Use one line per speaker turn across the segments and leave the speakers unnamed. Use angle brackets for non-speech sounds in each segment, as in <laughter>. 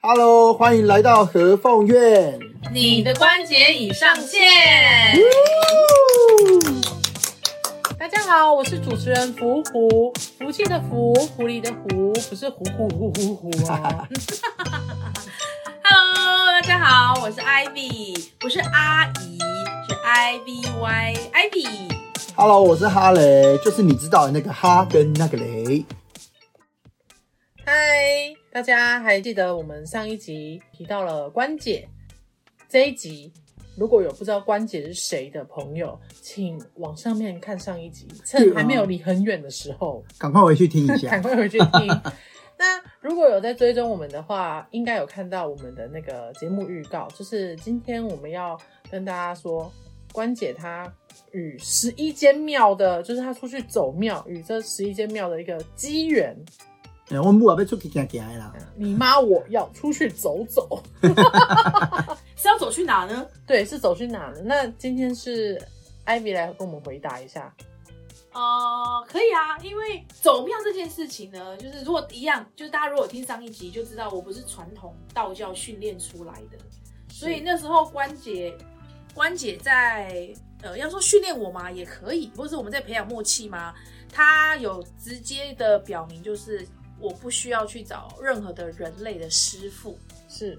Hello，欢迎来到和凤苑。
你的关节已上线。大家好，我是主持人福狐，福气的福，狐狸的狐，不是虎虎虎虎虎啊。
<laughs> Hello，大家好，我是 Ivy，不是阿姨，是 Ivy Ivy。
Hello，我是哈雷，就是你知道的那个哈跟那个雷。
嗨，大家还记得我们上一集提到了关姐，这一集如果有不知道关姐是谁的朋友，请往上面看上一集，
啊
趁还没有离很远的时候。
赶快回去听一
赶
<laughs>
下。
快回去听。 <laughs> 那如果有在追踪我们的话，应该有看到我们的那个节目预告，就是今天我们要跟大家说，关姐她与十一间庙的，就是她出去走庙与这十一间庙的一个机缘。
哎我母啊被出去行行的啦，
你妈，我要出去走走。 <laughs>
是要走去哪呢？
对，是走去哪呢？那今天是艾比来跟我们回答一下。
呃，可以啊，因为走庙这件事情呢，就是如果一样，就是大家如果有听上一集就知道，我不是传统道教训练出来的，所以那时候关姐，关姐在呃，要说训练我嘛也可以，或是我们在培养默契嘛，她有直接的表明，就是我不需要去找任何的人类的师傅，
是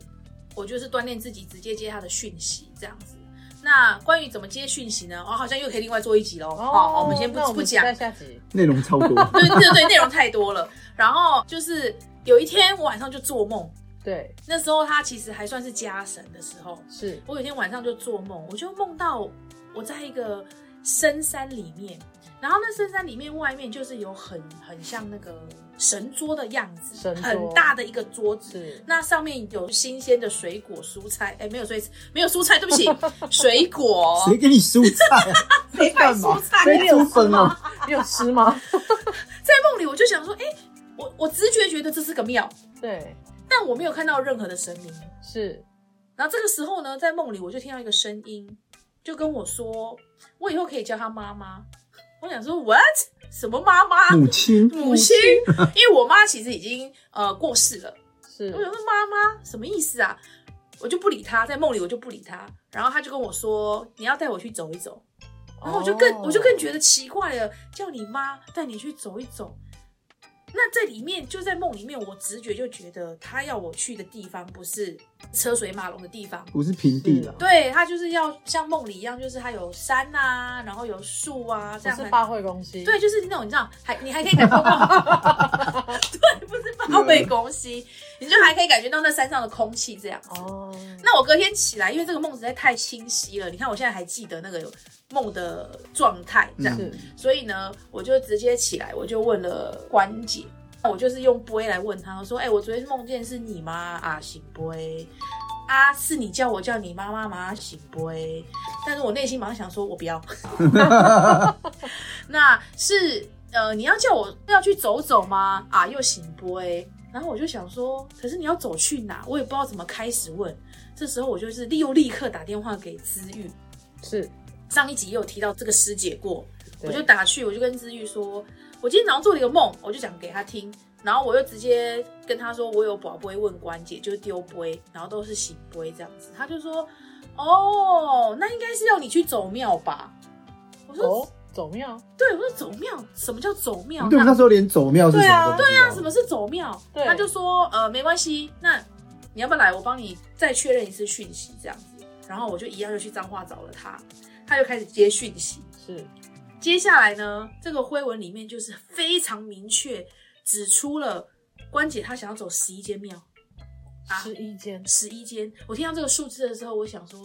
我就是锻炼自己，直接接他的讯息这样子。那关于怎么接讯息呢？哦，好像又可以另外做一集喽。好、我们先不
哦那我
不
们
讲
在，下集。
内容超多。
<laughs> 对对对，内容太多了。然后就是有一天我晚上就做梦，
对，
那时候他其实还算是家神的时候，
是
我有一天晚上就做梦，我就梦到我在一个深山里面，然后那深山里面外面就是有很很像那个神桌的样子，
神桌
很大的一个桌子，
是
那上面有新鲜的水果、蔬菜，哎，没有水，没有蔬菜，对
<laughs>
不起，水果，
谁给你蔬菜啊？
啊 <laughs> 谁买蔬菜
谁猪分啊？
你有吃吗？ <laughs>
在梦里我就想说，哎，我我直觉觉得这是个庙，
对，
但我没有看到任何的神明。
是
然后这个时候呢，在梦里我就听到一个声音，就跟我说，我以后可以叫她妈妈。我想说，what？什么妈妈？
母亲，
母亲？因为我妈其实已经呃过世了。
是
我想说妈妈什么意思啊？我就不理他，在梦里我就不理他，然后他就跟我说你要带我去走一走，然后我就更、
哦
我就更觉得奇怪了，叫你妈带你去走一走。那在里面就在梦里面，我直觉就觉得他要我去的地方不是车水马龙的地方，
不是平地
啊
了。
对他就是要像梦里一样，就是他有山啊，然后有树啊，这
不
样
是
才
发会公司，
对，就是那种你知道，还你还可以感受到，
<laughs>
对，不是报备公司，你就还可以感觉到那山上的空气这样。
哦，
那我隔天起来，因为这个梦实在太清晰了，你看我现在还记得那个梦的状态这
嗯
样，
是
所以呢，我就直接起来，我就问了关姐。我就是用波来问她，我说：“哎、我昨天梦见是你吗？啊，行波啊，是你叫我叫你妈妈吗？行波但是我内心马上想说，我不要。 <laughs> 那是呃，你要叫我要去走走吗？啊，又行不哎。然后我就想说，可是你要走去哪？我也不知道怎么开始问。这时候我就是又立刻打电话给资玉，
是，
上一集也有提到这个师姐过，
对
我就打去，我就跟资玉说，我今天早上做了一个梦，我就讲给她听，然后我又直接跟她说我有宝贝问关姐，就是丢杯，然后都是醒杯这样子，她就说，哦，那应该是要你去走庙吧？我说、
哦，走庙，
对，我说走庙，什么叫走庙？
对，我那时候连走庙是什么都不
对
知
啊，
道。
什么是走庙？
对
他就说呃没关系，那你要不要来？我帮你再确认一次讯息这样子。然后我就一样就去彰化找了他，他就开始接讯息。
是
接下来呢，这个灰文里面就是非常明确指出了关姐她想要走十一间庙，啊
十一间，
十一间。我听到这个数字的时候，我想说。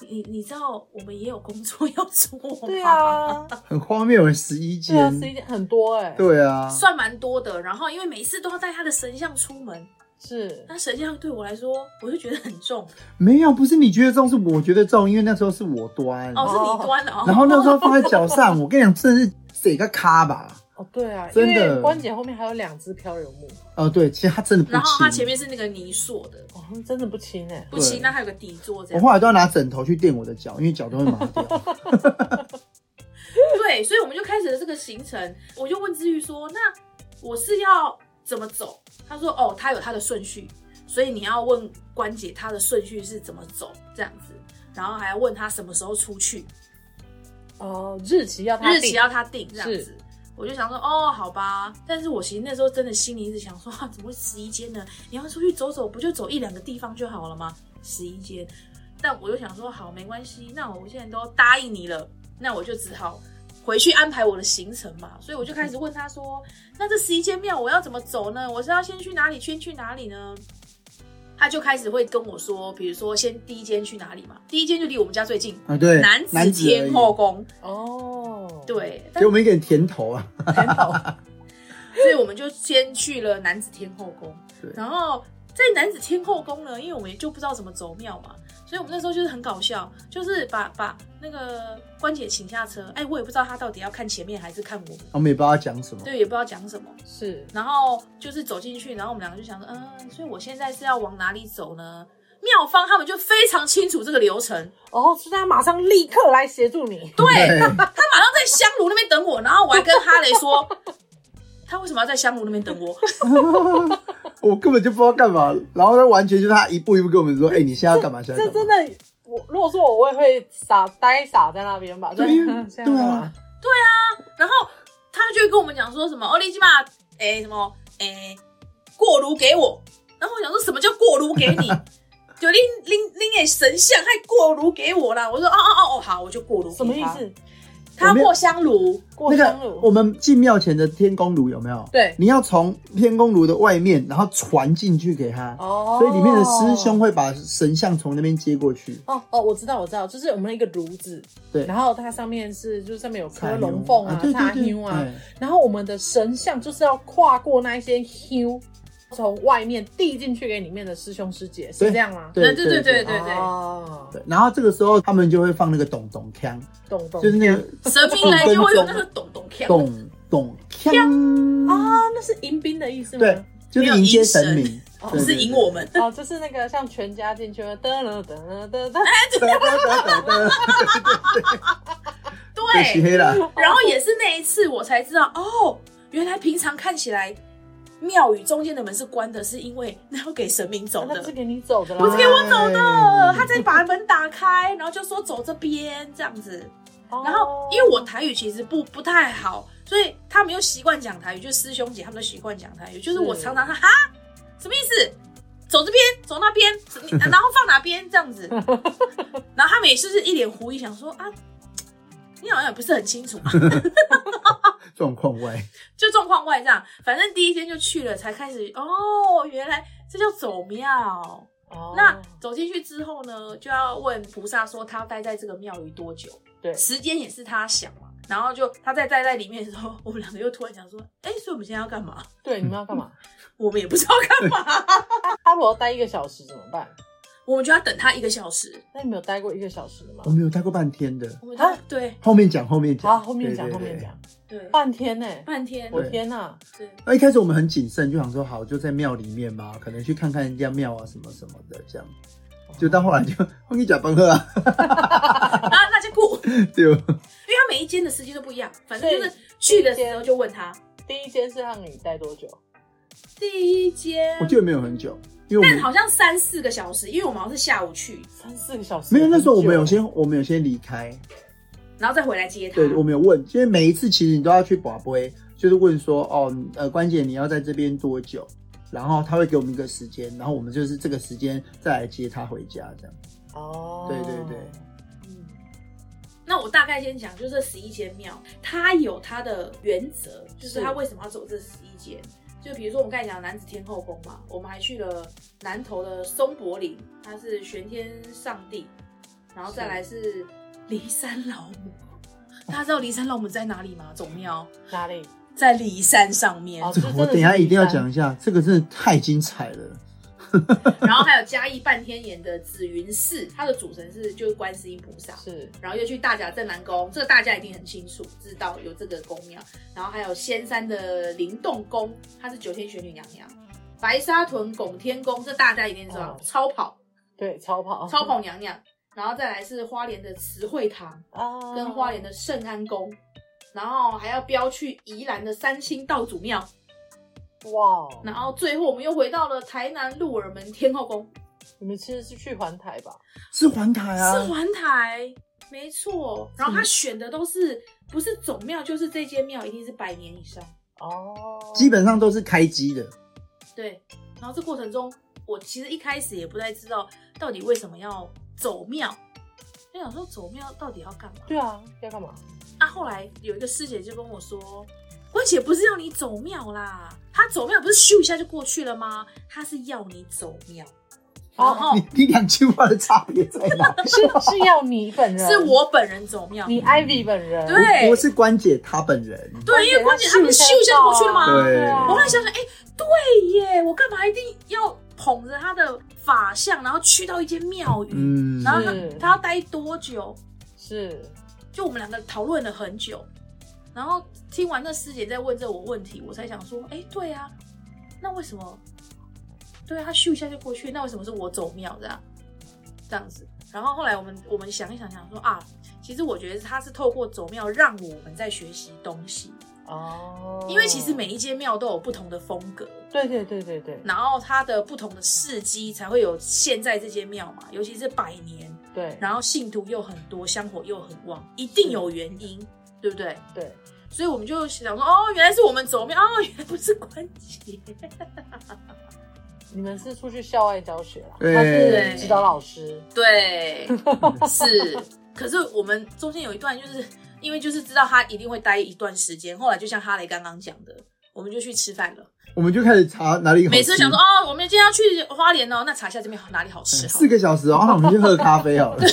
你你知道我们也有工作要做
<laughs>
吗？
对啊， <laughs>
很荒谬，十一
对啊，十一
间。
间很多哎，，
对啊，
算蛮多的。然后因为每一次都要带他的神像出门，
是
那神像对我来说，我就觉得很重。
没有，不是你觉得重，是我觉得重，因为那时候是我端，
哦，是你端的哦。
然后那时候放在脚上，我跟你讲，真的是整个卡吧。
哦，对啊，
真的
因为关姐后面还有两只漂流木，
哦，对，其实他真的不
然后它
轻
前面是那个泥塑的，
哦，真的不轻哎，
不行，那还有个底座
我
这样。
后来都要拿枕头去垫我的脚，因为脚都会麻掉。
<laughs> 对，所以我们就开始了这个行程。我就问志玉说：“那我是要怎么走？”他说：“哦，他有他的顺序。”所以你要问关节它的顺序是怎么走这样子，然后还要问他什么时候出去，
哦，日期要他
日
定
期要他定这样
是
子。我就想说，哦，好吧。但是我其实那时候真的心里一直想说，啊，怎么会十一间呢？你要出去走走，不就走一两个地方就好了吗？十一间。但我就想说，好，没关系，那我现在都答应你了，那我就只好回去安排我的行程嘛。所以我就开始问他说，那这十一间庙我要怎么走呢？我是要先去哪里，先去哪里呢？他就开始会跟我说，比如说先第一间去哪里嘛，第一间就离我们家最近，
啊，对，
南
男
子
子而已
天后宫。
哦，，
对，但
给我们一点甜头啊， <laughs>
所以我们就先去了男子天后宫
对，
然后在男子天后宫呢，因为我们就不知道怎么走庙嘛，所以我们那时候就是很搞笑，就是把把那个关姐请下车，哎，我也不知道她到底要看前面还是看我们，
我们也不知道讲什么。
对，也不知道讲什么，
是
然后就是走进去，然后我们两个就想说，嗯，所以我现在是要往哪里走呢？妙方他们就非常清楚这个流程，
哦，是他马上立刻来协助你，
对
<laughs>
对， <laughs>
他马上在香炉那边等我，然后我还跟哈雷说， <laughs> 他为什么要在香炉那边等我？
我根本就不知道干嘛，然后他完全就是他一步一步跟我们说，哎，你现在要干嘛？现在
这
要干
真
嘛？
的，我如果说我，我也会傻呆傻在那边吧，
对
就是
啊
现在干
对
嘛
啊？
然后他就会跟我们讲说什么哦“奥利基玛”，哎，什么，哎，过炉给我。然后我想说什么叫过炉给你？就拎拎拎给神像，还过炉给我啦！我说哦哦哦哦，好，我就过炉。
什么意？思？
他过香炉，
过
啊那
香
个
炉？
我们进庙前的天宫炉有没有？
对，
你要从天宫炉的外面，然后传进去给他，
哦，
所以里面的师兄。会把神像从那边接过去。
哦哦，我知道，我知道，就是我们一个炉子，
对
然后它上面是，就是上面有
插
刻龙凤啊、
对
插
对
妞
对，
啊，
哎
然后我们的神像就是要跨过那一些 u 从外面递进去给里面的师兄师姐，是
对
这样吗？
对
对
对
对对
哦，
对然后这个时候他们就会放那个咚咚锵，
懂懂
就是那个
神明来就会有那个咚咚锵。
咚咚锵，
啊，那是迎宾的意思吗？
对，就是迎接神明，
没有
对
不是赢。我们，
哦，就是那个像全家进去了，噔噔噔噔噔，
哎
对对对对对对，洗
对。
黑了。
<laughs> 然后也是那一次，我才知道哦，原来平常看起来庙宇中间的门是关的，是因为那要给神明走
啊那
的
不是。给你走的啦，
不是给我走的
呃，他再把门打开，然后就说走这边这样子。
哦
然后因为我台语其实不不太好，所以他们又习惯讲台语，就师兄姐他们都习惯讲台语，就是我
是
常常说哈，什么意思？走这边，走那边，你然后放哪边这样子。然后他们也就是一脸狐疑，想说啊，你好像也不是很清楚嘛，
状况外，
就状况外这样。反正第一天就去了，才开始哦，原来这叫走庙。
哦
那走进去之后呢，就要问菩萨说他要待在这个庙宇多久，
对
时间也是他想嘛。然后就他在待在里面的时候，我们两个又突然想说， <laughs> 哎、所以我们现在要干嘛？
对，你们要干嘛？
我们也不知道
<laughs>
干嘛，
他如果要待一个小时怎么办？
我们就要等他一个小时。
那你们有待过一个小时的吗
我？们有待过半天的，
我们就、
啊
对
后面讲后面讲，
好，后面讲，
对
后面。
对对
讲，
对
半天呢，
半天，
我
哦对
天哪！
对
那一开始我们很谨慎，就想说好就在庙里面嘛，可能去看看人家庙啊什么什么的这样。就到后来就我跟你讲，崩喝啊，
啊，那就酷，因为
对，哦
他每一间的时间都不一样，反正就
所
是去的时候就问他
第一间是让你待多久？
第一间
我，记得没有很久，因为我
但
们
好像三四个小时，因为我们好像是下午去，
三四个小时？
没有那时候我们有
些
先我们有先离开，
然后再回来接他。
对，我们有问，因为每一次其实你都要去把杯，就是问说，哦，呃，关姐你要在这边多久？然后他会给我们一个时间，然后我们就是这个时间再来接他回家，这样。
哦，
对对对，
嗯，那我大概先讲，就是这十一间庙，它有它的原则，就是它为什么要走这十一间。就比如说我们刚才讲的男子天后宫嘛，我们还去了南投的松柏林，它是玄天上帝，然后再来是骊山老母。大家知道骊山老母在哪里吗？总庙
哪里？
在骊山上面，
哦，这真的
我
是
等一下一定要
山
讲一下，这个真的太精彩了。
然后还有嘉义半天岩的紫云寺，它的主神是就是观世音菩萨。
是
然后又去大甲镇南宫，这个大家一定很清楚，知道有这个宫庙。然后还有仙山的灵动宫，它是九天玄女娘娘；白沙屯拱天宫，这大家一定知道
哦，
超跑
对超跑，
超跑娘娘。然后再来是花莲的慈惠堂
啊，
跟花莲的圣安宫，然后还要标去宜兰的三清道祖庙。
哇，哦
然后最后我们又回到了台南鹿耳门天后宫，
你们其实是去环台吧？
是环台啊，
是环台，没错。然后他选的都是不是总庙，就是这间庙一定是百年以上。
哦，
基本上都是开机的。
对，然后这过程中，我其实一开始也不太知道到底为什么要走庙，就想说走庙到底要干嘛。
对啊，要干嘛？
啊，后来有一个师姐就跟我说，关姐不是要你走庙啦，她走庙不是咻一下就过去了吗？她是要你走庙，然后
你你两句话的差别在哪？
是是要你本人，
是我本人走庙，
你 Ivy 本人，
<laughs> 对
不是关姐她本人，
对，因为关姐他们咻一下就过去了吗？
对
啊
我后来想想，哎、对耶，我干嘛一定要捧着他的法像，然后去到一间庙宇，
嗯，
然后他
是
他要待多久？
是
就我们两个讨论了很久，然后听完那师姐在问这我问题，我才想说，哎、对啊，那为什么？对啊，他咻一下就过去，那为什么是我走庙这样？这样子，然后后来我们我们想一想，想说啊，其实我觉得他是透过走庙让我们在学习东西，
哦，
因为其实每一间庙都有不同的风格，
对对对对对
然后它的不同的事迹才会有现在这间庙嘛，尤其是百年，
对，
然后信徒又很多，香火又很旺，一定有原因，对不对？
对
所以我们就想说，哦，原来是我们走庙，哦， <laughs> 原来不是关节，
你们是出去校外教学啦，
对
他是指导老师，
对，
<laughs>
是。可是我们中间有一段，就是因为就是知道他一定会待一段时间，后来就像哈雷刚刚讲的，我们就去吃饭了。
我们就开始查哪里好吃。
每次想说哦，我们今天要去花莲哦，那查一下这边哪里好吃好
四。个小时哦，那我们去喝咖啡好
<laughs>
了，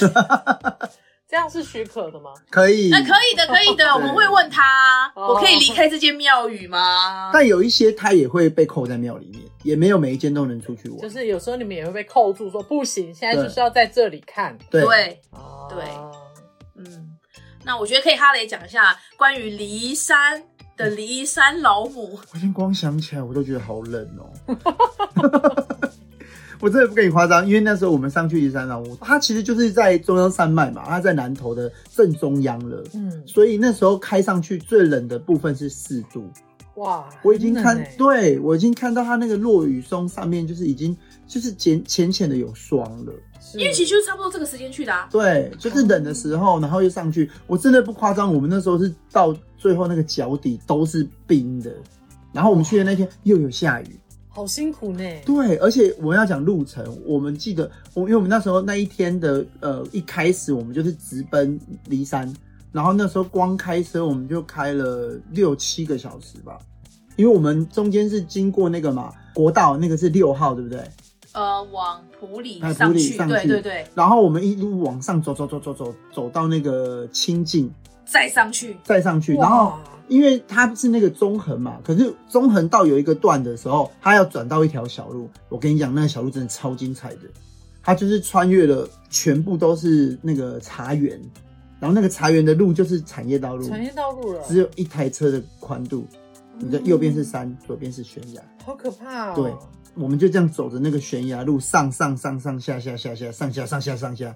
这样是许可的吗？
可以。
那可以的，可以
<laughs>
的，我们会问他，
哦
我可以离开这间庙宇吗？
但有一些他也会被扣在庙里面，也没有每一间都能出去玩。
就是有时候你们也会被扣住，说不行，现在就是要在这里看
对，
对，
啊，
对嗯，那我觉得可以哈雷讲一下关于骊山的骊山老母，
我现在光想起来我都觉得好冷哦。 <laughs> 我真的不跟你夸张，因为那时候我们上去骊山老屋，它其实就是在中央山脉嘛，它在南头的正中央了。
嗯，
所以那时候开上去最冷的部分是四度，
哇，
我已经看
很冷欸，
对我已经看到它那个落雨松上面就是已经就是浅浅浅的有霜了。
是
因为其实就是差不多这个时间去的啊。
对，就是冷的时候，然后又上去，我真的不夸张，我们那时候是到最后那个脚底都是冰的，然后我们去的那天又有下雨。
好辛苦呢，
对，而且我们要讲路程，我们记得我因为我们那时候那一天的呃一开始我们就是直奔骊山，然后那时候光开车我们就开了六七个小时吧，因为我们中间是经过那个嘛国道，那个是六号对不对？
呃，往普里
哎
上
埔里
去，
上
对
去
对对，
然后我们一路往上走走走走走走到那个清境，
再上去，
再上去，
哇
然后因为它是那个中横嘛，可是中横到有一个段的时候，它要转到一条小路。我跟你讲，那个小路真的超精彩的，它就是穿越了全部都是那个茶园，然后那个茶园的路就是产业道路，
产业道路了，
只有一台车的宽度，你的右边是山，左边是悬崖。
好可怕哦，
对我们就这样走着那个悬崖路上上上上下下下下上下上下上下，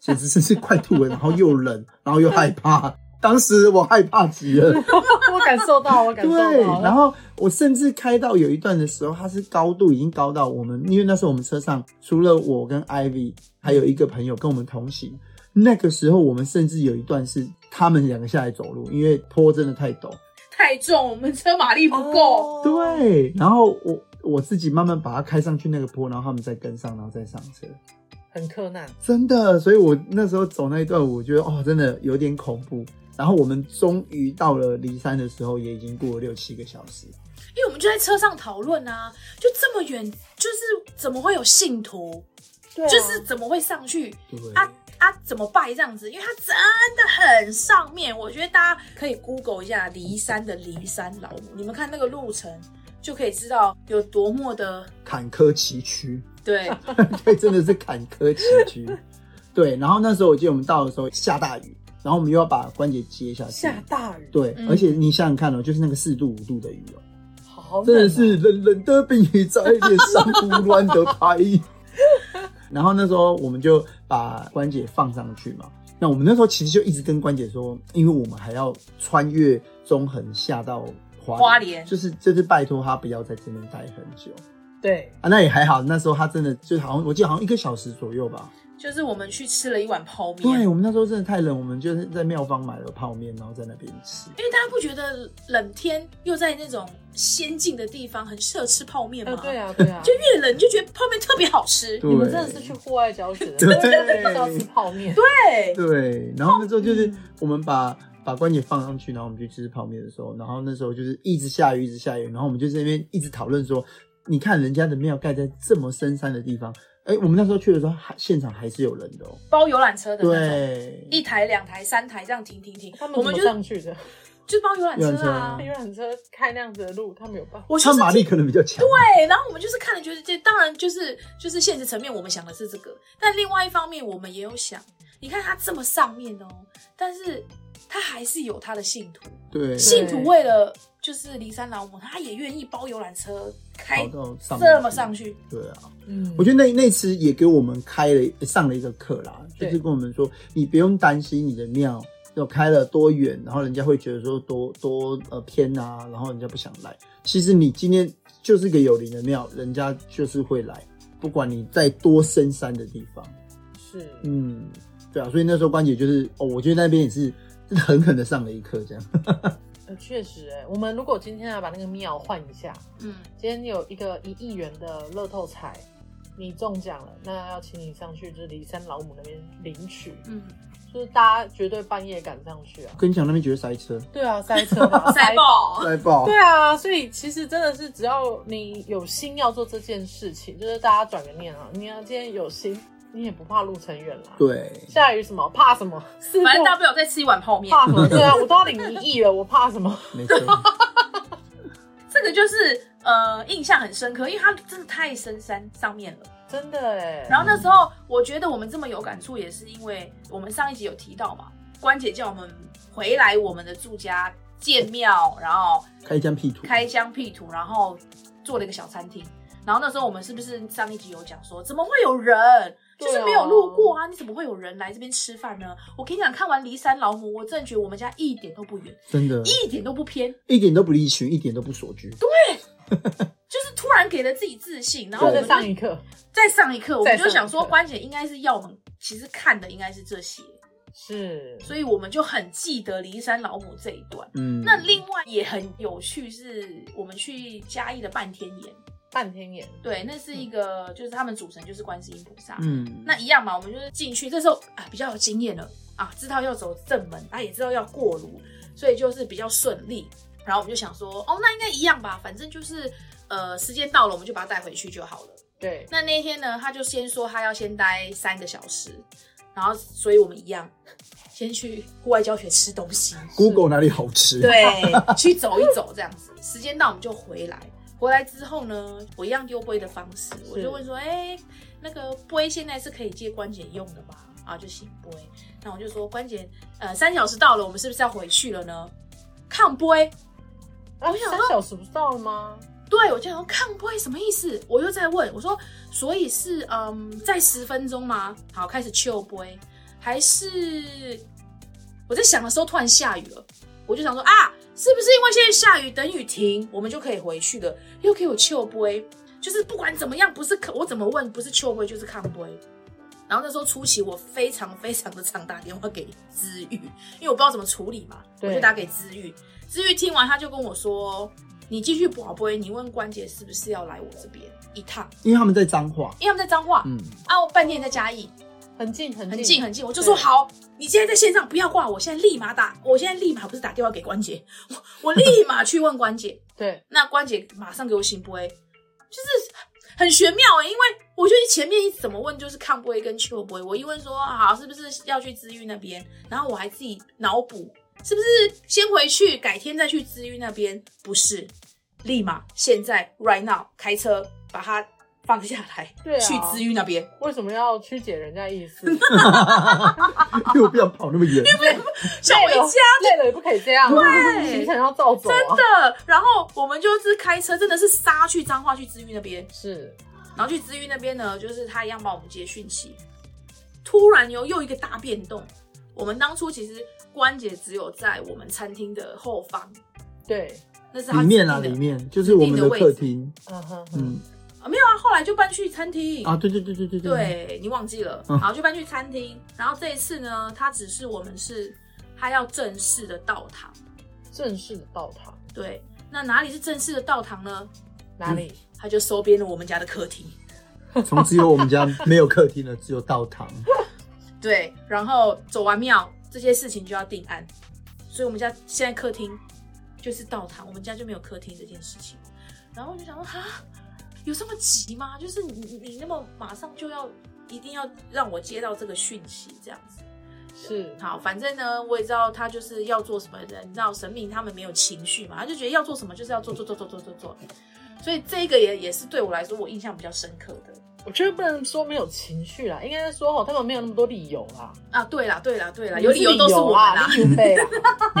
简直真是快吐了，然后又冷，然后又害怕。当时我害怕极了。
<laughs> 我感受到，我感哦受
对，
到，
然后我甚至开到有一段的时候，它是高度已经高到我们，因为那时候我们车上除了我跟 Ivy，还有一个朋友跟我们同行。那个时候我们甚至有一段是他们两个下来走路，因为坡真的太陡。
太重，我们车马力不够。
哦，
对，然后我我自己慢慢把它开上去那个坡，然后他们再跟上，然后再上车。
很困难，
真的，所以我那时候走那一段，我觉得哦，真的有点恐怖。然后我们终于到了骊山的时候，也已经过了六七个小时。
因为我们就在车上讨论啊，就这么远，就是怎么会有信徒，
对啊
就是怎么会上去
对，
啊啊？怎么拜这样子？因为它真的很上面，我觉得大家可以 Google 一下骊山的骊山老母，你们看那个路程就可以知道有多么的
坎坷崎岖。 <laughs>
对
对，真的是坎坷崎岖。对，然后那时候我记得我们到的时候下大雨，然后我们又要把关节接下去。
下大雨，
对，
嗯
而且你想想看哦，就是那个四度五度的雨哦，
好冷哦
真的是冷冷的冰雨在脸上胡乱的拍。 <laughs> 然后那时候我们就把关节放上去嘛。那我们那时候其实就一直跟关姐说，因为我们还要穿越中横下到
花莲
就是就是拜托他不要在这边待很久
对，
啊，那也还好，那时候他真的就好像我记得好像一个小时左右吧。
就是我们去吃了一碗泡面，
对我们那时候真的太冷，我们就是在妙方买了泡面，然后在那边吃。
因为大家不觉得冷天又在那种仙境的地方很适合吃泡面吗？
呃，对啊，对啊，
就越冷你就觉得泡面特别好吃。
对
你们真的是去户外教学的，
对
就是要吃泡面，
对，
对，然后那时候
哦嗯
就是我们把把关节放上去，然后我们去吃泡面的时候，然后那时候就是一直下雨，一直下雨，然后我们就在那边一直讨论说，你看人家的庙盖在这么深山的地方，哎，我们那时候去的时候还现场还是有人的哦。
包游览车的那种，
对，
一台、两台、三台这样停停停
他，们
我
怎么
们就
上去的？
就包游览
游览
车
车
啊
啊
那。游览车开那样子的路，他们有办法。
我就
他
是
马力可能比较强。
对，然后我们就是看了觉得这，当然就是就是现实层面我们想的是这个，但另外一方面我们也有想，你看它这么上面哦，但是它还是有它的信徒，
对
是
信徒为了就是骊山老母，他也愿意包游览车开
跑到上面
这么上去，
对啊，
嗯
我觉得那那次也给我们开了上了一个课啦，就
对
是跟我们说，你不用担心你的庙要开了多远，然后人家会觉得说多多呃偏啊，然后人家不想来。其实你今天就是个有灵的庙，人家就是会来，不管你在多深山的地方。
是，
嗯，对啊，所以那时候关姐就是哦，我觉得那边也是真的狠狠的上了一课，这样。
呃，确实、哎，我们如果今天要把那个庙换一下，
嗯，
今天有一个一亿元的乐透彩，你中奖了，那要请你上去就是骊山老母那边领取，
嗯，
就是大家绝对半夜赶上去啊。
跟你讲，那边绝对塞车，
对啊，塞车嘛，
<laughs> 塞
<laughs>
爆，
塞爆。
对啊，所以其实真的是，只要你有心要做这件事情，就是大家转个念啊，你要今天有心，你也不怕路程远啦。，
对，
下雨什么怕什么？四
反正
座
大不了再吃一碗
<laughs>
泡面，
怕
<laughs>
什么？对啊，我都要领一亿了，我怕什么？ <laughs>
没错。
这个就是呃印象很深刻，因为它真的太深山上面了。
真的哎、
然后那时候我觉得我们这么有感触，也是因为我们上一集有提到嘛，关姐叫我们回来我们的住家建庙，然后
开疆辟土，
开疆辟土，然后做了一个小餐厅。然后那时候我们是不是上一集有讲说，怎么会有人？
对
就
啊
是没有路过啊，你怎么会有人来这边吃饭呢？我跟你讲，看完骊山老母，我真的觉得我们家一点都不远，
真的，
一点都不偏，
一点都不离群，一点都不所居。
就是突然给了自己自信。然后
就
我
对
在
们
上一课
再上一课，我们就
再上一
想说，
课
关姐应该是要我们其实看的应该是这些，
是，
所以我们就很记得骊山老母这一段。
嗯，
那另外也很有趣，是我们去嘉义的半天岩，
半天眼
对，那是一个、就是他们主神就是观世音菩萨，
嗯，
那一样嘛，我们就是进去，这时候啊比较有经验了啊，知道要走正门，啊也知道要过炉，所以就是比较顺利。然后我们就想说，哦，那应该一样吧，反正就是呃时间到了，我们就把它带回去就好了。
对，
那那一天呢，他就先说他要先待三个小时，然后所以我们一样先去户外教学吃东西，
Google 哪里好吃？，
对， <laughs> 去走一走这样子。时间到我们就回来。回来之后呢，我一样丢杯的方式，我就问说，哎、那个杯现在是可以借关姐用的吗？啊，就醒杯。那我就说，关姐，呃，三小时到了，我们是不是要回去了呢？抗杯，
啊，
我想
三
说
小时不到了吗？
对我就想说抗杯什么意思？我又在问，我说，所以是嗯，在十分钟吗？好，开始秋杯，还是我在想的时候突然下雨了，我就想说啊，是不是因为现在下雨，等雨停，我们就可以回去了？又给我秋杯，就是不管怎么样，不是可我怎么问，不是秋杯就是抗杯。然后那时候初期，我非常非常的常打电话给知玉，因为我不知道怎么处理嘛，我
对
就打给知玉。知玉听完，他就跟我说：“你继续保杯，你问关姐是不是要来我这边一趟，
因为他们在彰化，
因为他们在彰化、
嗯，
啊，我半天在嘉义，
很近很近
很近很近，我就说
对
好，你现在在线上不要挂，我现在立马打，我现在立马不是打电话给关姐，我我立马去问关姐，
对，
那关姐马上给我醒杯，就是很玄妙哎、因为我就是前面一直怎么问就是抗杯跟秋杯，我一问说好是不是要去资玉那边，然后我还自己脑补是不是先回去改天再去资玉那边，不是，立马现在 right now 开车把它放下来，
对啊
去资玉那边。
为什么要曲解人家意
<laughs>
思？啊
哦
因为我不想跑那么远，
想回
累了
家
累了也不可以这样啊，就是行程要照走啊。
的，然后我们就是开车，真的是杀去彰化去资玉那边，
是，
然后去资玉那边呢，就是他一样帮我们接讯息。突然有又一个大变动，我们当初其实关节只有在我们餐厅的后方，
对，
那是他
里面啊，
指
里
定的
面就是我们的客厅，
嗯哼哼，
嗯
啊没有啊，后来就搬去餐厅
啊，对对对对对，
嗯对你忘记了，
嗯
好，就搬去餐厅。然后这一次呢，他只是我们是他要正式的到堂，
正式的道堂
对，那哪里是正式的到堂呢？
哪里？
他就收编了我们家的客厅，
从此以后我们家没有客厅了，只有道
<laughs>
堂。
对，然后走完庙这些事情就要定案，所以我们家现在客厅就是道堂，我们家就没有客厅这件事情。然后我就想说，哈，有这么急吗？就是你你你那么马上就要一定要让我接到这个讯息这样子。
嗯
是
好，反正呢，我也知道他就是要做什么的，你知道神明他们没有情绪嘛，他就觉得要做什么就是要做做做做做做做，所以这个也也是对我来说我印象比较深刻的
我觉得不能说没有情绪啦，应该是说哦，他们没有那么多理由啦。
啊。对啦对啦对啦，
不
有理由都是我们
啊，
啦，
例如背啦，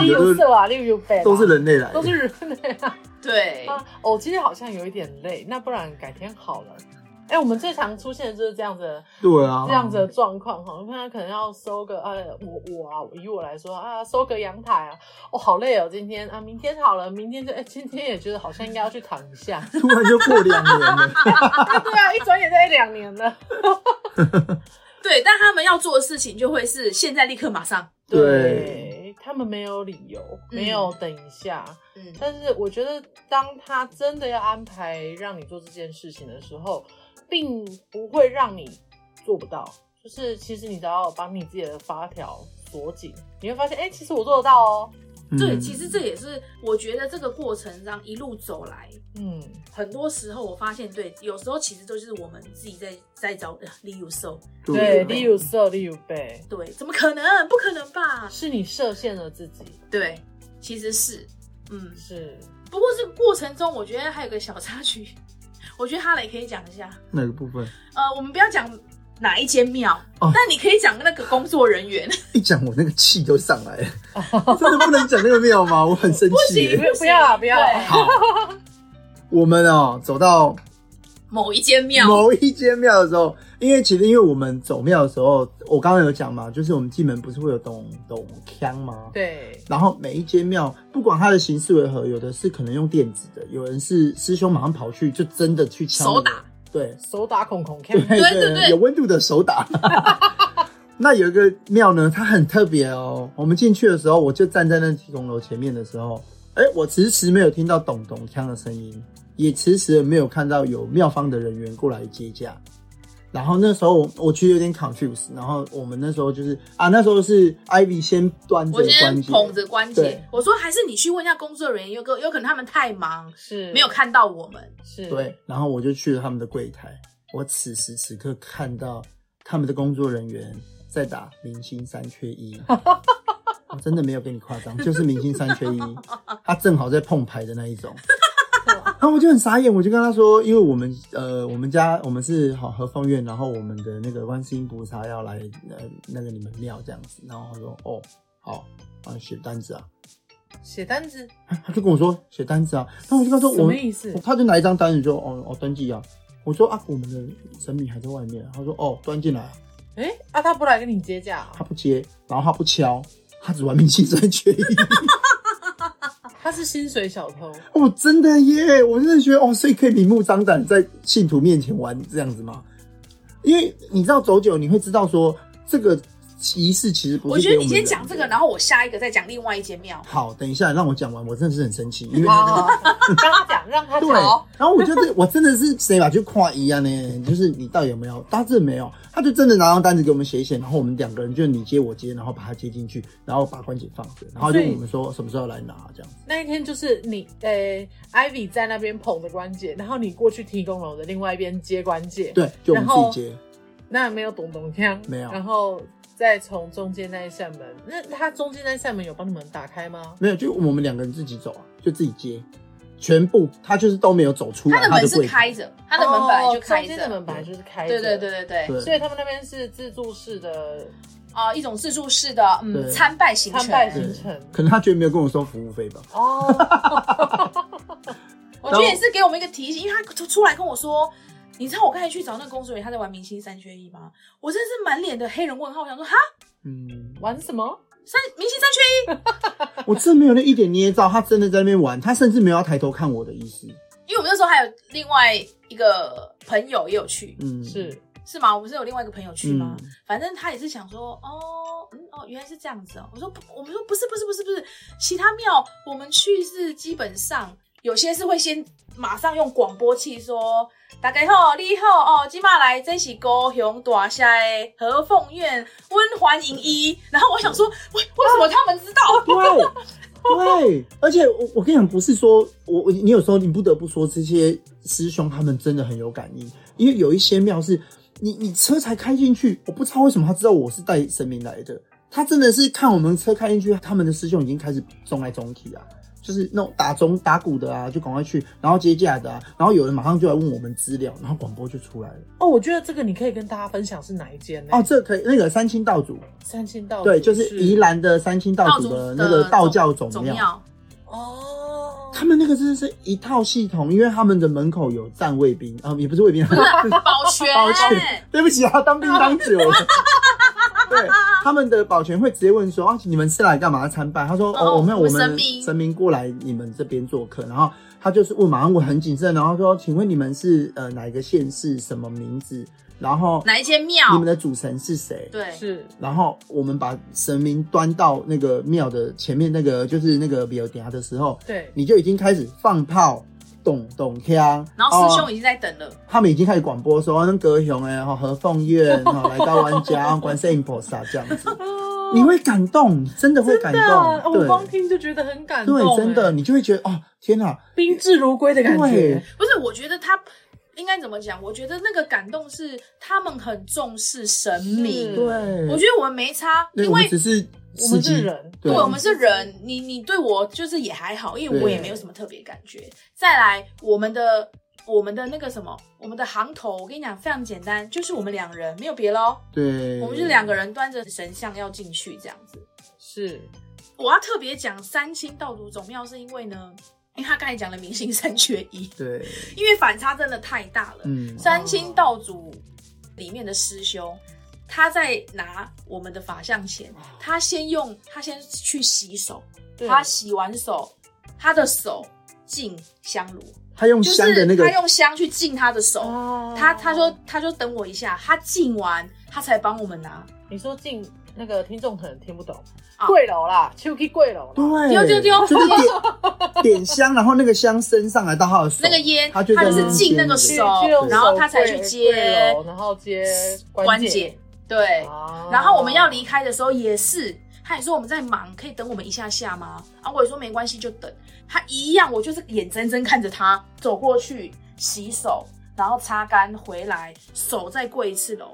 <laughs>
例如色啦，例如背啦，
都是人类来
都
的，
是人类啊。
对
啊，我今天好像有一点累，那不然改天好了。哎、我们最常出现的就是这样子的
对啊，
这样子的状况哈，那可能要收个呃，我我啊，以我来说啊，收个阳台啊，我、好累哦，今天啊，明天好了，明天就哎、今天也觉得好像应该要去躺一下，
突然就过两年了，
啊，对啊，一转眼在两年了，
对，但他们要做的事情就会是现在立刻马上，
对
他们没有理由，没有等一下，
嗯，
但是我觉得当他真的要安排让你做这件事情的时候，并不会让你做不到，就是其实你只要把你自己的发条锁紧，你会发现，哎、其实我做得到哦，
<laughs> 对，
嗯
其实这也是我觉得这个过程上一路走来，
嗯。
很多时候我发现，对，有时候其实都是我们自己在在找呃理由受，
对，
对
例如色，例如背，
对，怎么可能？不可能吧？
是你设限了自己，
对，其实是，嗯，
是
不过这个过程中，我觉得还有个小插曲， <laughs> 我觉得哈雷可以讲一下。
哪个部分？
呃，我们不要讲哪一间庙，
哦
但你可以讲那个工作人员，
一讲我那个气就上
<laughs>
来了，真的不能讲那个庙吗？我很生气
不
耶。
不要 <laughs> 啦不要啦
对
好，我们哦走到
某一间庙，
某一间庙的时候，因为其实因为我们走庙的时候，我刚刚有讲嘛，就是我们进门不是会有咚咚锵吗？
对，
然后每一间庙，不管它的形式为何，有的是可能用电子的，有人是师兄马上跑去就真的去敲、那个
手打，
对
手打孔孔看
对
对对对
有温度的手打。 <laughs> 那有一个庙呢，它很特别哦。我们进去的时候，我就站在那提供楼前面的时候，哎，我迟迟没有听到咚咚锵的声音，也迟迟没有看到有庙方的人员过来接驾。然后那时候我我其实有点 confused，然后我们那时候就是啊，那时候是 Ivy 先端着
我今天
关节，
捧着关节
对，
我说还是你去问一下工作人员，有个有可能他们太忙，
是
没有，看到我们。
是，
对，然后我就去了他们的柜台。我此时此刻看到他们的工作人员在打明星三缺一，
<laughs>
我真的没有跟你夸张，就是明星三缺一，
<laughs>
他正好在碰牌的那一种。然后我就很傻眼，我就跟他说，因为我们呃，我们家我们是好和风院，然后我们的那个观世音菩萨要来呃那个你们庙这样子，然后他说哦好，啊写单子啊， <laughs>
写单子，
他就跟我说写单子啊，然后我就跟他说
什
我
么
们
意思？
他就拿一张单子就哦哦登记啊。我说啊，我们的神明还在外面。他说哦，端进来，
哎、啊，他不来跟你接驾啊、
他不接，然后他不敲，他只玩明星三缺一。
他是薪水小偷，
<laughs> 哦，真的耶！我真的觉得哦，所以可以明目张胆在信徒面前玩这样子吗？因为你知道走久，你会知道说这个仪式其实不是。
我觉得你先讲这个，然。后我下一个再讲另外一间庙。
好，等一下让我讲完，我真的是很生气，因为
好 <laughs> 好，好哦让他讲，让他
对，
讲，
然后我就是我真的是谁把去跨一样呢？就是你到底有没有？他真的没有，他就真的拿张单子给我们写一写，然后我们两个人就你接我接，然后把他接进去，然后把关节放着，然后就
所以
我们说什么时候来拿这样子。
那一天就是你，呃、i v y 在那边捧着关节，然后你过去提供楼的另外一边接关节，，
对，就我们
然后
自己接。
那没有咚咚锵，
没有
然后再从中间那一扇门，那他中间那一扇门有帮你们打开吗？
没有，就我们两个人自己走啊，就自己接，全部他就是都没有走出来。
他的门是
柜台
开着，他的门本来就开
哦中
着
间，的门本来就是开着，
对对对。对对。
对
所以他们那边是自助式的
啊、一种自助式的嗯
对
参拜行
参
程，
拜
对
行程
可能他觉得没有跟我收服务费吧。
哦，
我觉得也是给我们一个提醒，因为他出来跟我说，你知道我刚才去找那个工作人员，他在玩明星三缺一吗？我真是满脸的黑人问号，我想说哈，
嗯，
<laughs> 玩什么？
三明星三缺
我真没有那一点捏造，他真的在那边玩，他甚至没有要抬头看我的意思。
一，因为我们那时候还有另外一个朋友也有去，
嗯，
是
是吗？我们是有另外一个朋友去吗？
嗯
反正他也是想说，哦，嗯，哦，原来是这样子哦。我说不，我们说不是，不是，不是，不是，其他庙我们去是基本上有些是会先马上用广播器说，大家好，你好哦，今嘛来这是高雄大厦的和凤苑温环营一。然后我想说，为为什么他们
<laughs>
知道？
对对，而且我我跟你讲，不是说我我你有时候你不得不说这些师兄他们真的很有感应，因为有一些庙是你你车才开进去，我不知道为什么他知道我是带神明来的，他真的是看我们车开进去，他们的师兄已经开始中来中去啊。就是那种打钟打鼓的啊，就赶快去，然后接驾的啊，然后有人马上就来问我们资料，然后广播就出来了。
哦，我觉得这个你可以跟大家分享是哪一间呢？
哦，，这可以，那个三清道祖，
三清道
对，
祖
哦就是宜兰的三清道祖的那个道教总
总
庙。
庙，
哦，
他们那个真的是一套系统，因为他们的门口有站卫兵，啊、也不是卫
<laughs>
兵，
保全，
保全。对不起啊，当兵当久
<laughs>
了。对，他们的保全会直接问说：“啊，你们是来干嘛参拜？”他说：“
哦
哦，我们
我
我
们神
们
明
神明过来你们这边做客。”然后他就是问，马上问很谨慎，然后说：“请问你们是呃哪一个县市，什么名字？然后
哪一间庙？
你们的主神是谁？”
对，
是
然后我们把神明端到那个庙的前面，那个就是那个比尔迪亚的时候，
对，
你就已经开始放炮、咚咚锵，
然后师
哦
兄已经在等了。
他们已经开始广播说，那高雄哎，哈和凤院，哈来到湾家，哦观世音菩萨这样
<laughs>
子，你会感动，你真的会感
啊对啊，哦
动，
我光
对
听就觉得很感动，
欸
对，真的，
哎，
你就会觉得哦，天哪，
宾至如归的感觉
对，
不是，我觉得他应该怎么讲？我觉得那个感动是他们很重视神
嗯
明。
对，
我觉得我们没差，
对
因
我
为
们只是
我
司
们是
机，
人，
对
对我们是人，你你对我就是也还好，因为我
对
也没有什么特别感觉。再来，我们的我们的那个什么，我们的行头，我跟你讲非常简单，就是我们两人没有别喽，
对，
我们就是两个人端着神像要进去这样子。
是
我要特别讲三清道祖总庙，是因为呢，因为他刚才讲了明星三缺一，
对，
因为反差真的太大了。
嗯，
三清道祖里面的师兄，他在拿我们的法像前，他先用他先去洗手，
对
他洗完手，他的手进香炉，
他用
就是
香的那个
他，用香去浸他的手。
哦
他他说他说等我一下，他浸完他才帮我们拿。
你说进那个听众可能听不懂，
啊
贵楼啦，秋季贵楼啦，
对，
丢丢丢
就是点点香，然后那个香升上来到他的手，
那个烟，
他就在
是
那
浸那
边
个
煎
手
去用，
对
然后他才
手
去
柜
接
柜楼然后接
关
节，
节。对，
啊
然后我们要离开的时候也是，他也说我们在忙，可以等我们一下下吗？啊，我也说没关系，就等。他一样，我就是眼睁睁看着他 <laughs> 走过去洗手，然后擦干回来，手再过一次楼，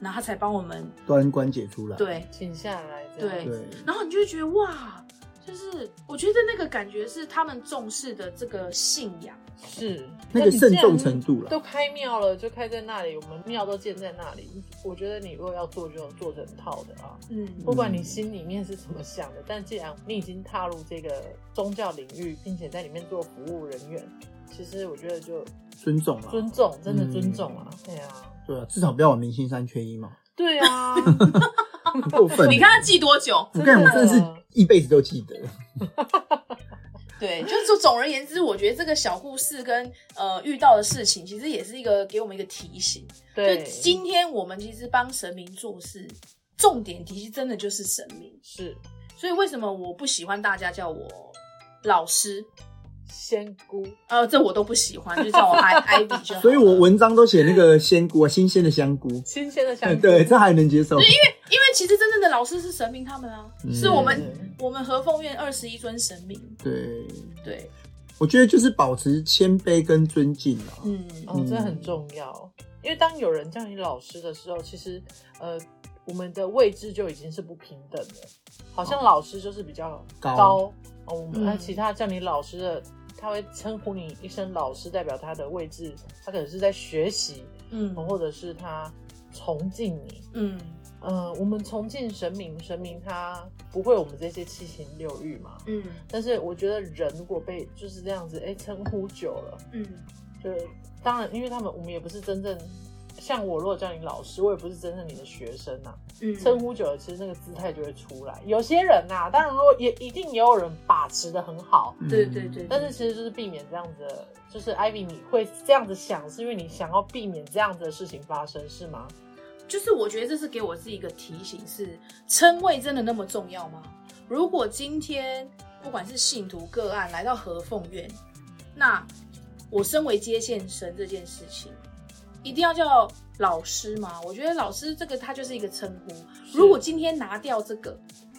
然后他才帮我们。
端关节出来，
对，
请下来，
对
对，
然后你就会觉得哇，就是我觉得那个感觉是他们重视的这个信仰。
是
那个慎重程度了
都开庙了，就开在那里，我们庙都建在那里。我觉得你如果要做，就做整套的啊，
嗯
不管你心里面是怎么想的。但既然你已经踏入这个宗教领域，并且在里面做服务人员，其实我觉得就
尊重了，
尊重，真的尊重啊，对啊，
对啊，至少不要玩明星三缺一嘛，
对啊，
很过分。
你看，他记多久？
我跟你讲，我真的
真的
是一辈子都记得。
对，就是说总而言之，我觉得这个小故事跟呃遇到的事情，其实也是一个给我们一个提醒。
对
就，今天我们其实帮神明做事，重点其实真的就是神明。
是
所以为什么我不喜欢大家叫我老师？
仙姑，
呃，这我都不喜欢，就叫我 I Ivy 就好了
所以我文章都写那个仙菇啊，新鲜的香菇，
新鲜的香
嗯 <laughs>
菇，
对，这还能接受。
因为其实真正的老师是神明他们啊，
嗯
是我们
对
我们和凤院二十一尊神明。
对，
对，
我觉得就是保持谦卑跟尊敬啊。
嗯，
哦，这
嗯
很重要，因为当有人叫你老师的时候，其实呃，我们的位置就已经是不平等的，好像老师就是比较
哦高
哦，我们那、
嗯
其他叫你老师的，他会称呼你一声老师，代表他的位置，他可能是在学习，
嗯
或者是他崇敬你。
嗯，
呃，我们崇敬神明，神明他不会我们这些七情六欲嘛。
嗯
但是我觉得人如果被就是这样子哎称呼久了，
嗯，
就是当然，因为他们我们也不是真正像我如果叫你老师，我也不是真正你的学生呐、
嗯
称呼久了，其实那个姿态就会出来。有些人呐、当然如果也一定也有人把持的很好，
嗯
对对对
但是其实就是避免这样子的，就是艾比你会这样子想，是因为你想要避免这样子的事情发生，是吗？
就是我觉得这是给我自己一个提醒是，称谓真的那么重要吗？如果今天不管是信徒个案来到和凤院，那我身为接线生这件事情，一定要叫老师吗？我觉得老师这个它就是一个称呼。如果今天拿掉这个，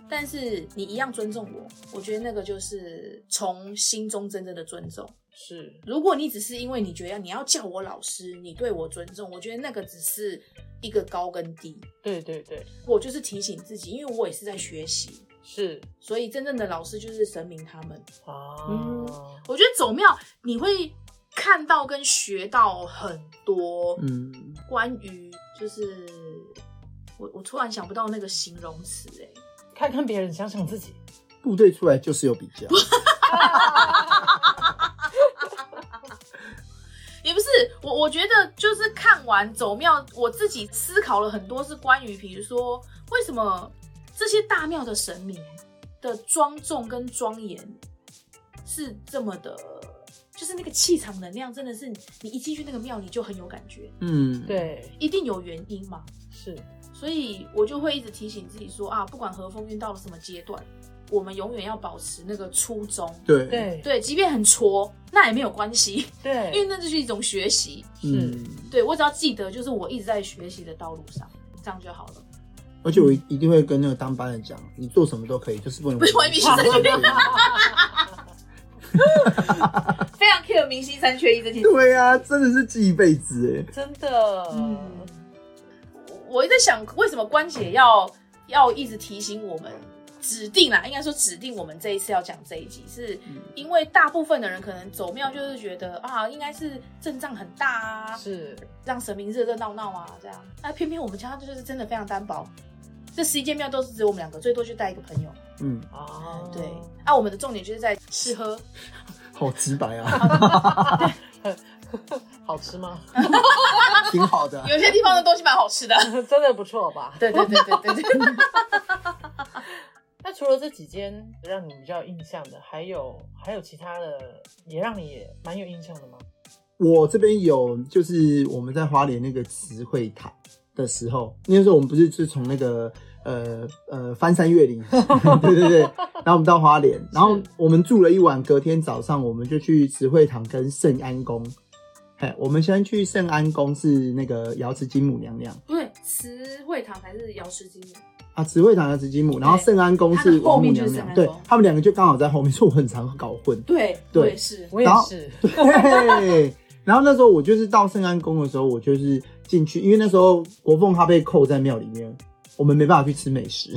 但是你一样尊重我，我觉得那个就是从心中真正的尊重。
是
如果你只是因为你觉得你要叫我老师，你对我尊重，我觉得那个只是一个高跟低。
对对对，
我就是提醒自己，因为我也是在学习，
是
所以真正的老师就是神明他们。
啊，
嗯我觉得走庙你会看到跟学到很多
嗯，
关于就是我我突然想不到那个形容词哎、
看看别人，想想自己，
部队出来就是有比较，
也不是我，我觉得就是看完走庙，我自己思考了很多，是关于比如说为什么这些大庙的神明的庄重跟庄严是这么的，就是那个气场能量真的是你一进去那个庙你就很有感觉，
嗯，，
对，
一定有原因嘛。
是
所以我就会一直提醒自己说啊，不管和风运到了什么阶段，我们永远要保持那个初衷。
对，
对
对，即便很挫，那也没有关系，
对，
因为那就是一种学习。
嗯，
对我只要记得，就是我一直在学习的道路上，这样就好了。
而且我一定会跟那个当班的讲，你做什么都可以，就是不能
不是
违
违反
规
非常 care 明星三缺一这件事。
<laughs> 对啊，真的是记一辈子哎，
<laughs> 真的，
嗯，我一直在想，为什么关姐要要一直提醒我们？指定啦，应该说指定我们这一次要讲这一集，是因为大部分的人可能走庙就是觉得啊，应该是阵仗很大啊，
是
让神明热热闹闹啊，这样。那偏偏我们家就是真的非常单薄，这十一间庙都是只有我们两个，最多就带一个朋友。
嗯，
啊，
对，
<laughs>
啊，我们的重点就是在吃喝，
好直白啊，
好吃吗？ <laughs>
挺好的，啊
有些地方的东西蛮好吃的。
真的不错吧？
对对对对对对。 <laughs>
那除了这几间让你比较有印象的，还有还有其他的也让你也蛮有印象的吗？
我这边有，就是我们在花莲那个词汇塔的时候，那时候我们不是是从那个呃呃翻山越
<laughs>
岭，对对对，然后我们到花莲，然后我们住了一晚，隔天早上我们就去慈惠堂跟圣安宫。哎，我们先去圣安宫是那个瑶池金母娘娘
不对，慈惠堂才是瑶池金母。
啊，慈惠堂瑶池金母，然后圣安宫
它
是
的后
王母
面就
娘
是
娘，
圣安宫
对他们两个就刚好在后面，所以我很常搞混。
对，
对
我也是。
我也
然后
是，
对，然后那时候我就是到圣安宫的时候，我就是进去，因为那时候国凤他被扣在庙里面，我们没办法去吃美食，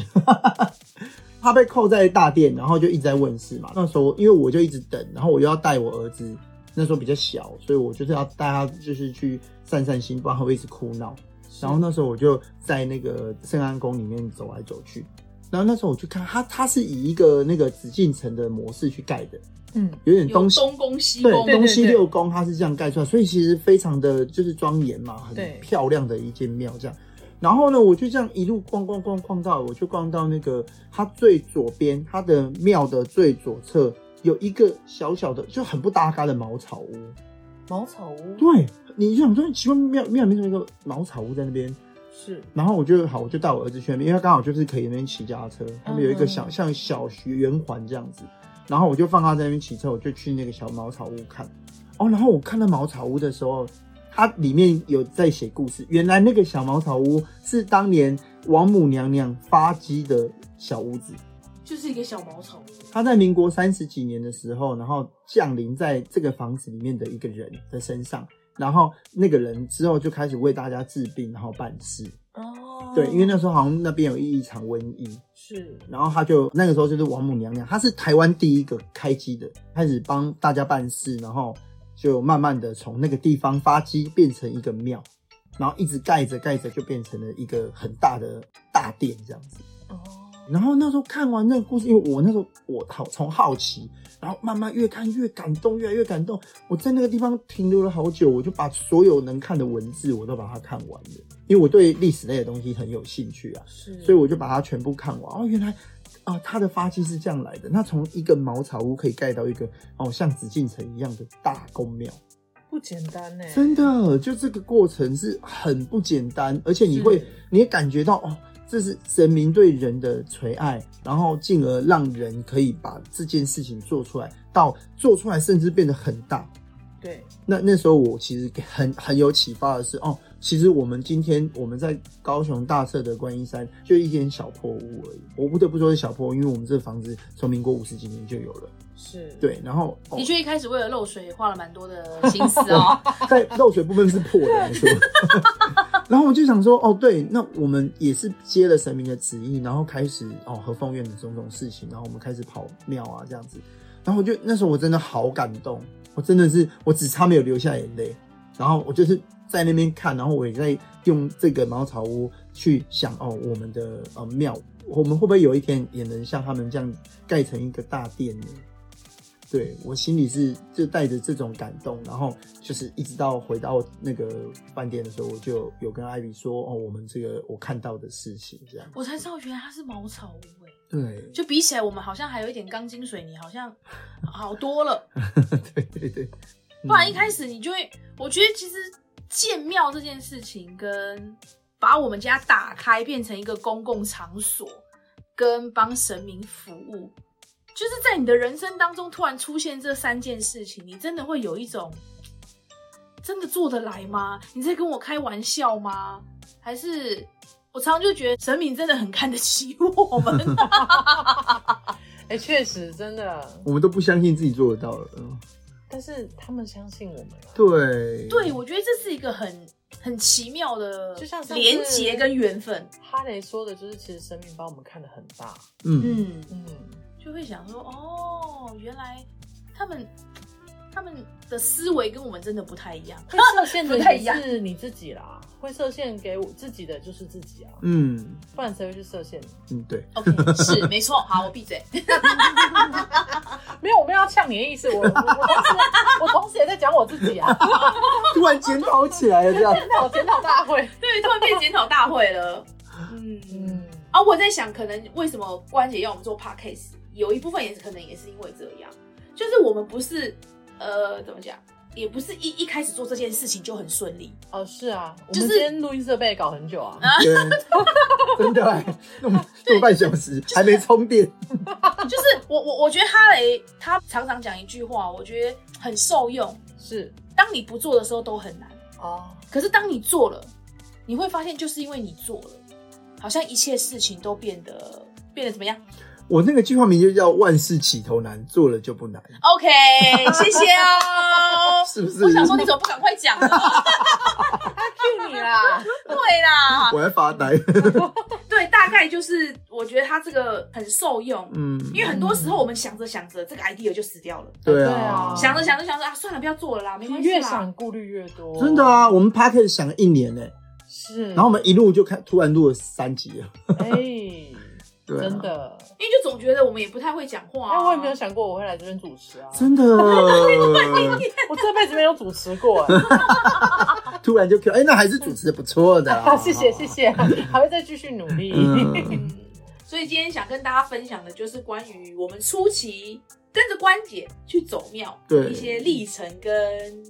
<laughs> 他被扣在大殿，然后就一直在问事嘛。那时候因为我就一直等，然后我又要带我儿子，那时候比较小，所以我就是要带他就是去散散心，不然他会一直哭闹。然后那时候我就在那个圣安宫里面走来走去，然后那时候我就看它，它是以一个那个紫禁城的模式去盖的，
嗯，
有点
有
东西
东宫西
对
宫，
东西六宫它是这样盖出来，所以其实非常的就是庄严嘛，很
对
漂亮的一间庙这样。然后呢，我就这样一路逛逛逛逛到，我就逛到那个它最左边，它的庙的最左侧有一个小小的就很不搭嘎的茅草屋。
茅草屋
对，你就想说奇怪，庙庙里面怎么有一个茅草屋在那边？
是
然后我就好，我就带我儿子去那边，因为他刚好就是可以那边骑脚踏车，他们有一个小、
嗯
像小学圆环这样子，然后我就放他在那边骑车，我就去那个小茅草屋看。哦，然后我看到茅草屋的时候，它里面有在写故事。原来那个小茅草屋是当年王母娘娘发迹的小屋子，
<laughs> 就是一个小茅草屋。
她在民国三十几年的时候，然后降临在这个房子里面的一个人的身上，然后那个人之后就开始为大家治病，然后办事。
哦，
对，因为那时候好像那边有一场瘟疫，
是
然后他就那个时候就是王母娘娘，她是台湾第一个开机的，开始帮大家办事，然后就慢慢的从那个地方发迹，变成一个庙，然后一直盖着盖着就变成了一个很大的大殿这样子。
哦，
然后那时候看完那个故事，因为我那时候我好从好奇，然后慢慢越看越感动，越来越感动。我在那个地方停留了好久，我就把所有能看的文字我都把它看完了，因为我对历史类的东西很有兴趣啊，
是，
所以我就把它全部看完。哦，原来啊、它的发迹是这样来的。那从一个茅草屋可以盖到一个哦像紫禁城一样的大宫庙，
不简单呢、
真的就这个过程是很不简单，而且你
是
会你也感觉到哦，这是神明对人的垂爱，然后进而让人可以把这件事情做出来，到做出来甚至变得很大。
对，
那那时候我其实很很有启发的是，哦，其实我们今天我们在高雄大社的观音山就一间小破屋而已，我不得不说是小破屋，因为我们这房子从民国五十几年就有了，
是，
对，然后、哦
的确一开始为了漏水花了蛮多的心思
<laughs>
哦。
在漏水部分是破的，没错。 <laughs> 然后我就想说，哦，对，那我们也是接了神明的旨意，然后开始哦和凤院的种种事情，然后我们开始跑庙啊这样子。然后我就那时候我真的好感动，我真的是我只差没有流下眼泪。然后我就是在那边看，然后我也在用这个茅草屋去想，哦，我们的呃庙，我们会不会有一天也能像他们这样盖成一个大殿呢？对我心里是就带着这种感动，然后就是一直到回到那个饭店的时候，我就有跟艾比说哦，我们这个我看到的事情这样。
我才知道原来它是茅草屋哎，
对
就比起来我们好像还有一点钢筋水泥，好像好多了。
<laughs> 对对对，嗯
嗯
不然一开始你就会，我觉得其实建庙这件事情，跟把我们家打开变成一个公共场所，跟帮神明服务，就是在你的人生当中突然出现这三件事情，你真的会有一种，真的做得来吗？你在跟我开玩笑吗？还是我常常就觉得神明真的很看得起我们， <laughs>
哎、确实真的，
我们都不相信自己做得到了。嗯
但是他们相信我们啊。
对
对我觉得这是一个很很奇妙的，
就像上次
连结跟缘分，
哈雷说的就是，其实生命把我们看得很大。
嗯，
嗯。
嗯，
就会想说，哦，原来他们他们的思维跟我们真的不太一样。
<laughs> 会设限的
不太
也
一样
是你自己啦，会设限给我自己的就是自己啊，
嗯
不然谁会去设限你？
嗯，对，
OK，是没错。好，我闭嘴。 <laughs>
没有，我没有要呛你的意思，我我我同时我同时也在讲我自己啊，
突然检讨起来了这
<laughs>
样。
检讨检讨大会。
对，突然变检讨大会了。嗯嗯。
嗯，
啊，我在想，可能为什么关姐要我们做 podcast，有一部分也是可能也是因为这样，就是我们不是呃怎么讲，也不是一一开始做这件事情就很顺利。
哦是啊，我
就
们
是
今天录音设备搞很久啊，
对，真的哎，弄
<laughs>
弄半小时还没充电。
就是我我我觉得哈雷他常常讲一句话，我觉得很受用：
是
当你不做的时候都很难。
<laughs> 哦，
可是当你做了，你会发现，就是因为你做了，好像一切事情都变得变得怎么样
我那个计划名就叫万事起头难，做了就不难，
<laughs>
？OK，谢谢哦。
是不是？
我想说，你怎么不赶快讲呢？
Q 你
<laughs>
啦，
对啦，
我在发呆。
对，大概就是我觉得他这个很受用，
嗯，
因为很多时候我们想着想着，这个 idea 就死掉了，
对
对啊
啊，
想着想着想着啊，算了，不要做了啦，没关系啦。
越想顾虑越多，
真的啊，我们 p a c k a g e 想了一年呢、
是，
然后我们一路就看，突然录了三集了。
哎，
<laughs> 对、啊，
真，的，
因为就总觉得我们也不太会讲话、啊。
哎，我也没有想过我会来这边主持啊，
真
<laughs>
的，
我这辈子没有主持过哎。
突然就 Q，哎、那还是主持的不错的、
<laughs>
好，
啊，
谢谢谢。谢，还会再继续努力。
嗯，
嗯，所以今天想跟大家分享的就是关于我们初期跟着关姐去走庙
对
一些历程跟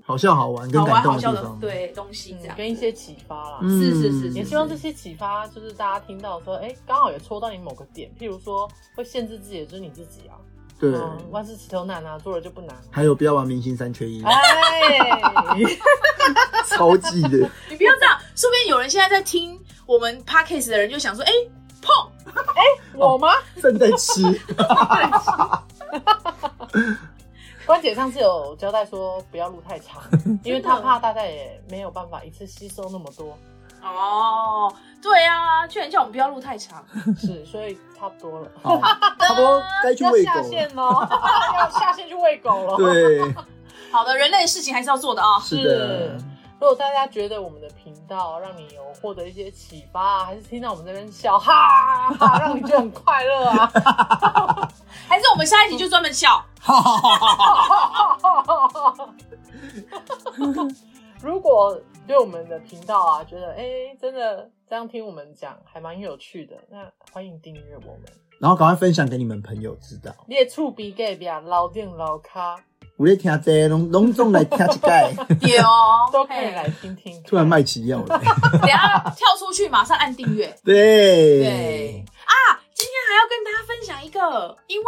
好笑好玩跟
好
感
玩
动
好
的
笑
地
的
方，，
对东西
嗯
这样，
跟一些启发啦。
嗯
是是是是
也希望这些启发就是大家听到说，哎、刚好也戳到你某个点，譬如说会限制自己的就是你自己啊，
对，
嗯，万事起头难啊，做了就不难、啊。
还有不要玩明星三缺 <laughs> 一，
哎，
超级的， <laughs>
你不要这样，说不定有人现在在听我们 podcast 的人就想说，哎、碰，
我吗？
正在吃，
关姐上次有交代说不要录太
<laughs>
长，因为她怕大家也没有办法一次吸收那么
<laughs>
多，
哦，对啊，居然叫我们不要录太长，
是，所以差不多了，
好，差不多该去
要
喂
下
狗了。
线喽，要下线去喂狗喽。
对，
好的，人类的事情还是要做的啊、
是的，
如果大家觉得我们的频道让你有获得一些启发，还是听到我们这边笑哈哈哈，让你觉得很快乐啊，
还是我们下一集就专
<laughs>
门笑，
哈哈哈哈哈！
<laughs> 如果对我们的频道啊，觉得哎、诶真的这样听我们讲还蛮有趣的，那欢迎订阅我们。
然后赶快分享给你们朋友知道。
列触比给比啊，老店老咖
我在听这个隆隆重来听一盖，
对哦，
都可以来听听看。
突然卖起药了。
嘿。等一下跳出去，马上按订阅。
对
对啊，今天还要跟大家分享一个，因为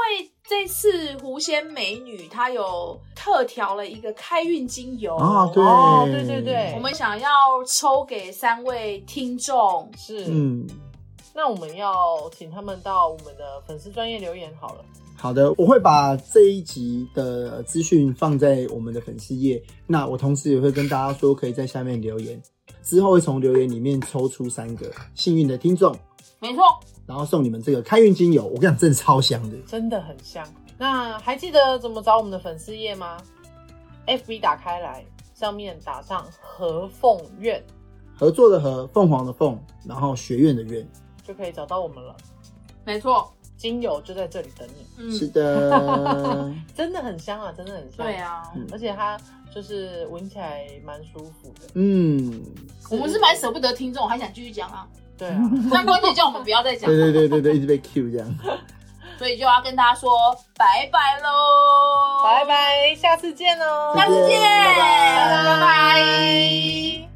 这次狐仙美女她有特调了一个开运精油
啊，对
哦对对对
我们想要抽给三位听众。
是，
嗯，
那我们要请他们到我们的粉丝专业留言好了。
好的，我会把这一集的资讯放在我们的粉丝页。那我同时也会跟大家说，可以在下面留言，之后会从留言里面抽出三个幸运的听众，
没错，
然后送你们这个开运精油。我跟你讲，真的超香的。
真的很香。那还记得怎么找我们的粉丝页吗？FB 打开来，上面打上“和凤苑
合作的合，凤凰的凤，然后学院的院。”
就可以找到我们了。
没错，
精油就在这里等你，
嗯，
是的，
真的很香啊，真的很香。
对，啊，
嗯
而且它就是闻起来蛮舒服的。
嗯，
我们是蛮舍不得听众，还想继续讲
<laughs>
啊。
对啊，
但关姐叫我们不要再讲
对，对对对对，一直被 Q 这样。
所以就要跟大家说拜拜喽， <laughs>
拜，拜，下次见哦。
下次
再
见，
见拜拜
拜拜